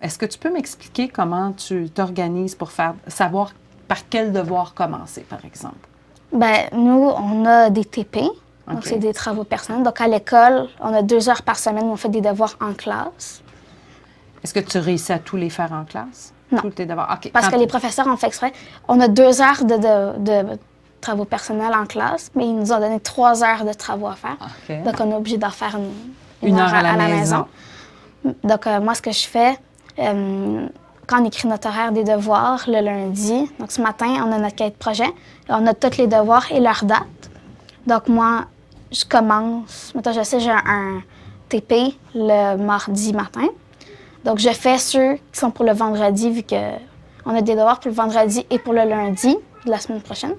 Est-ce que tu peux m'expliquer comment tu t'organises pour faire savoir par quel devoir commencer, par exemple? Ben, nous, on a des TP. Donc, Ok. c'est des travaux personnels. Donc, à l'école, on a deux heures par semaine où on fait des devoirs en classe. Est-ce que tu réussis à tous les faire en classe? Non. Tous tes devoirs. OK. Parce Quand- que les professeurs ont fait exprès. On a deux heures de, de- de travaux personnels en classe, mais ils nous ont donné trois heures de travaux à faire. Ah, OK. Donc, on est obligé d'en faire une, Une heure à la maison. Donc, euh, moi, ce que je fais, euh, quand on écrit notre horaire des devoirs le lundi, donc ce matin, on a notre cahier de projet, et on a tous les devoirs et leur date. Donc, moi, je commence, mettons, je sais, j'ai un TP le mardi matin. Donc, je fais ceux qui sont pour le vendredi, vu que on a des devoirs pour le vendredi et pour le lundi de la semaine prochaine.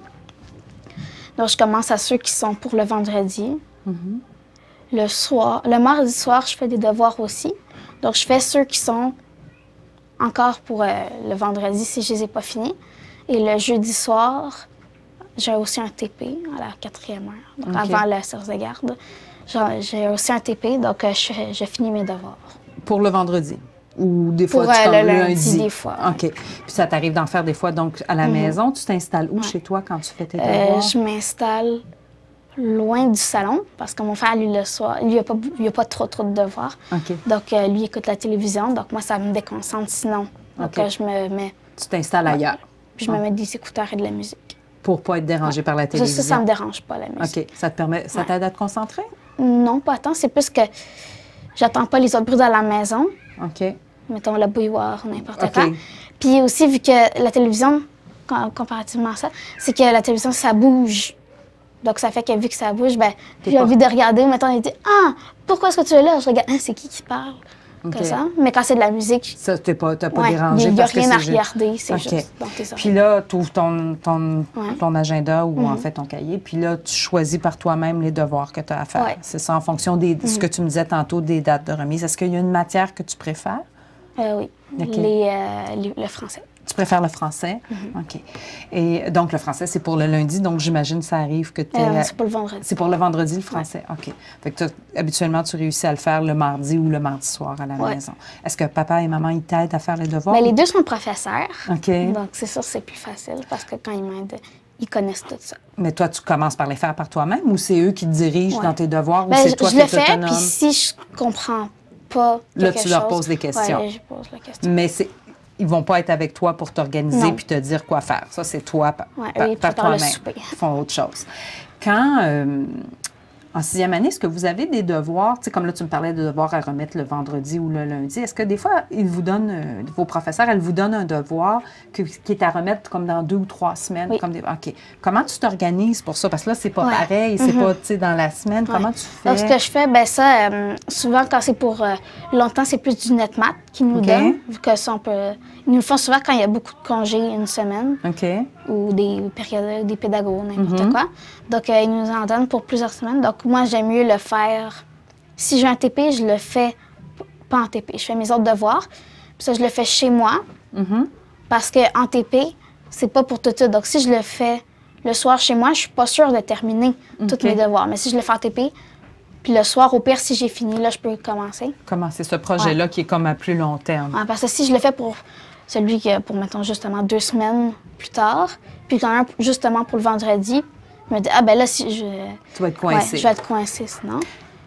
Donc, je commence à ceux qui sont pour le vendredi. Mhm. Le soir, le mardi soir, je fais des devoirs aussi. Donc, je fais ceux qui sont encore pour euh, le vendredi si je les ai pas finis. Et le jeudi soir, j'ai aussi un TP à la quatrième heure, donc Ok. avant la séance de garde. J'en- J'ai aussi un TP, donc euh, je, je finis mes devoirs. Pour le vendredi. Ou des fois, Pour tu euh, t'en le lundi, des fois. Mhm. OK. Puis ça t'arrive d'en faire des fois. Donc, à la maison, tu t'installes où chez toi quand tu fais tes Euh, devoirs? je m'installe loin du salon parce que mon frère, lui, le soir, lui, il a pas, il a pas trop, trop de devoirs. OK. Donc, euh, lui, il écoute la télévision. Donc, moi, ça me déconcentre sinon. Donc, Ok. Ah. euh, je me mets Tu t'installes ailleurs Puis je me mets des écouteurs et de la musique. pour pas être dérangé par la Ça, ça, télévision. ça me dérange pas, la musique. OK. Ça te permet, ça Ouais. t'aide à te concentrer? Non, pas tant. C'est plus que j'attends pas les autres bruits dans la maison. OK. Mettons la bouilloire, n'importe OK. quoi. Puis aussi, vu que la télévision, com- comparativement à ça, c'est que la télévision, ça bouge. Donc, ça fait que vu que ça bouge, ben, T'es j'ai pas- envie de regarder. Mettons, il dit Ah, pourquoi est-ce que tu es là Je regarde, ah, c'est qui qui parle OK. Comme ça. Mais quand c'est de la musique, Ça, t'es pas, t'as pas ouais, il dérangé n'y a parce que rien à c'est juste- regarder. C'est Ok. juste dans tes oreilles. Puis là, tu ouvres ton, ton, Ouais. Mhm. ton agenda ou en fait ton cahier, puis là, tu choisis par toi-même les devoirs que tu as à faire. Ouais. Mhm. C'est ça en fonction de ce que tu me disais tantôt des dates de remise. Est-ce qu'il y a une matière que tu préfères? Euh, oui. Ok. Les, euh, les- le français. Tu préfères le français? Mhm. OK. Et donc, le français, c'est pour le lundi, donc j'imagine ça arrive que tu Euh, c'est pour le vendredi. C'est pour le vendredi, le français. OK. Fait que t'as- habituellement, tu réussis à le faire le mardi ou le mardi soir à la Ouais. maison. Est-ce que papa et maman, ils t'aident à faire les devoirs? Ben, les deux sont professeurs. OK. Donc, c'est sûr, c'est plus facile parce que quand ils m'aident, ils connaissent tout ça. Mais toi, tu commences par les faire par toi-même ou c'est eux qui te dirigent Ouais. dans tes devoirs ou Ben, c'est je, toi je qui le es fais, autonome? puis si je comprends pas Là, quelque tu leur chose, poses des questions. Mm. Ouais, là, je pose la question. Mais c'est, ils vont pas être avec toi pour t'organiser Non. puis te dire quoi faire. Ça, c'est toi par, Ouais, par- eux, ils par préparent le toi-même. souper. Ils font autre chose. Quand, euh, en sixième année, est-ce que vous avez des devoirs? Tu sais, comme là, tu me parlais de devoirs à remettre le vendredi ou le lundi. Est-ce que des fois, ils vous donnent, euh, vos professeurs, elles vous donnent un devoir que- qui est à remettre comme dans deux ou trois semaines? Oui. Comme des, OK. Comment tu t'organises pour ça? Parce que là, c'est pas Ouais. Mm-hmm. pareil. C'est pas, tu sais, dans la semaine. Comment Ouais. tu fais? Donc, ce que je fais, ben ça, euh, souvent, quand c'est pour euh, longtemps, c'est plus du net math qu'ils nous OK. donnent. Vu que ça, on peut... Ils nous le font souvent quand il y a beaucoup de congés, une semaine, OK. ou des périodes, des pédagogues, n'importe quoi. Donc, euh, ils nous en donnent pour plusieurs semaines. Donc, moi, j'aime mieux le faire. Si j'ai un TP, je le fais p- pas en TP. Je fais mes autres devoirs. Puis ça, je le fais chez moi. Parce que en TP, c'est pas pour tout de suite. Donc, si je le fais le soir chez moi, je suis pas sûre de terminer Ok. tous mes devoirs. Mais si je le fais en TP, puis le soir, au pire, si j'ai fini, là, je peux commencer. Comment c'est ce projet-là qui est comme à plus long terme? Ouais, Ah, parce que si je le fais pour celui qui est pour, mettons, justement deux semaines plus tard, puis quand même, justement pour le vendredi, je me dis, ah ben là, si je, Tu vas être ouais, coincé. je vais être coincée sinon.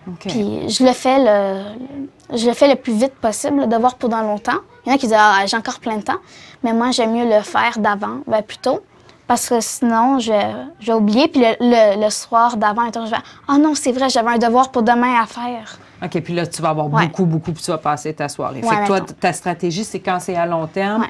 OK. Puis je le fais le, je le fais le plus vite possible, le devoir pour dans longtemps. Il y en a qui disent, ah, j'ai encore plein de temps, mais moi, j'aime mieux le faire d'avant, ben, plus tôt. Parce que sinon, je, je vais oublier. Puis le, le- le soir d'avant, mettons, je vais, ah non, c'est vrai, j'avais un devoir pour demain à faire. OK, puis là, tu vas avoir Ouais. beaucoup, beaucoup, puis tu vas passer ta soirée. Ouais, fait que toi, mettons. ta stratégie, c'est quand c'est à long terme. Ouais.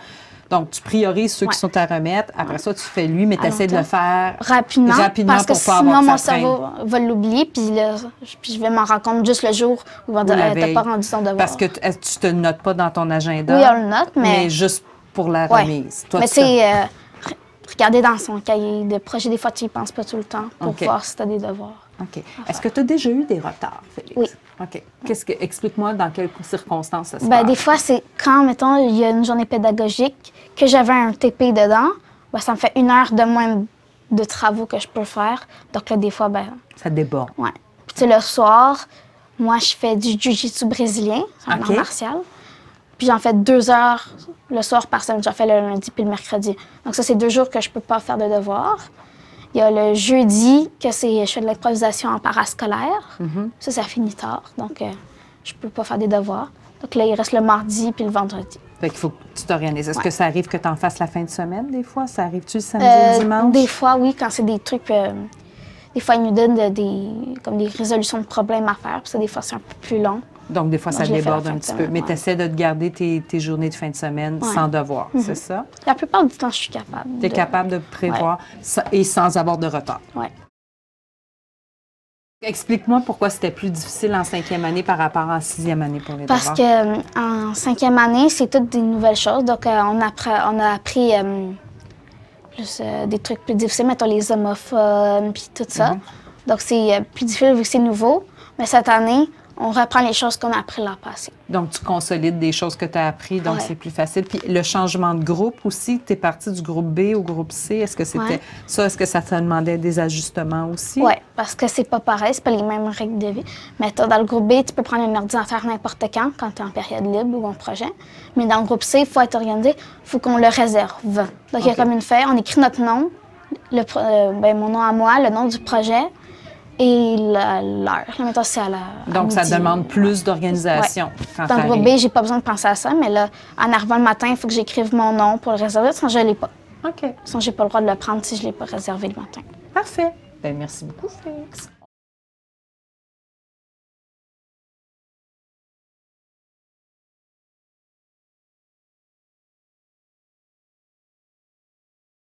Donc, tu priorises ceux Ouais. qui sont à remettre. Après ça, tu fais lui, mais tu essaies de le long faire. rapidement, Rapidement parce que pour pas sinon avoir que mon ça traîne. cerveau va l'oublier puis, là, je- puis je vais m'en rendre compte juste le jour où on va ou dire la Eh, t'as veille. pas rendu ton devoir. Parce que tu est-ce que tu te le notes pas dans ton agenda. Oui, on le note, mais- juste pour la Ouais. remise. Toi, mais tu tu te- sais, euh, re- regarder dans son cahier de projet, des fois tu y penses pas tout le temps pour Ok. voir si t'as des devoirs. OK. Est-ce que tu as déjà eu des retards, Félix? Oui. OK. Qu'est-ce que... Explique-moi dans quelles circonstances ça se Ben, passe. des fois c'est quand mettons il y a une journée pédagogique que j'avais un TP dedans, ben, ça me fait une heure de moins de travaux que je peux faire. Donc là des fois ben Ça déborde. Ouais. Puis tu sais, le soir, moi, je fais du jiu-jitsu brésilien, c'est un Ok. art martial. Puis j'en fais deux heures le soir par semaine. J'en fais le lundi puis le mercredi. Donc ça, c'est deux jours que je peux pas faire de devoirs. Il y a le jeudi, que c'est je fais de l'improvisation en parascolaire. Mhm. Ça, ça finit tard. Donc euh, je peux pas faire des devoirs. Donc là, il reste le mardi puis le vendredi. Fait qu'il faut que tu t'organises. Est-ce Ouais. que ça arrive que tu en fasses la fin de semaine, des fois? Ça arrive-tu le samedi ou Euh, le dimanche? Des fois, oui, quand c'est des trucs. euh, des fois, ils nous donnent de- des, comme des résolutions de problèmes à faire. Puis ça, des fois, c'est un peu plus long. Donc, des fois, Moi, ça je l'ai fait déborde la fin un de petit peu. semaine, Mais ouais. tu essaies de te garder tes, tes journées de fin de semaine Ouais. sans devoir, c'est ça? La plupart du temps, je suis capable. Tu es de- capable de prévoir sa- et sans avoir de retard. Ouais. Explique-moi pourquoi c'était plus difficile en cinquième année par rapport en sixième année pour les Parce devoirs. que euh, en cinquième année, c'est toutes des nouvelles choses. Donc, euh, on, apprend, on a appris euh, plus, euh, des trucs plus difficiles, mettons les homophones, puis tout ça. Mhm. Donc, c'est euh, plus difficile vu que c'est nouveau. Mais cette année, on reprend les choses qu'on a appris l'an passé. Donc, tu consolides des choses que tu as apprises, donc Ouais. c'est plus facile. Puis le changement de groupe aussi, tu es parti du groupe B au groupe C. Est-ce que c'était Ouais. ça? Est-ce que ça te demandait des ajustements aussi? Oui, parce que c'est pas pareil, c'est pas les mêmes règles de vie. Mettons, dans le groupe B, tu peux prendre un ordinateur n'importe quand, quand tu es en période libre ou en projet. Mais dans le groupe C, il faut être organisé, il faut qu'on le réserve. Donc, il y a Ok. comme une feuille, on écrit notre nom, le, pro- euh, ben, mon nom à moi, le nom du projet et la- l'heure. Là, mettons, c'est à la. à Donc, ça midi. demande plus d'organisation. quand Dans le groupe t'arrives. B, j'ai pas besoin de penser à ça, mais là, en arrivant le matin, il faut que j'écrive mon nom pour le réserver, sinon je l'ai pas. OK. Sinon, j'ai pas le droit de le prendre si je l'ai pas réservé le matin. Parfait. Ben, merci beaucoup, Félix.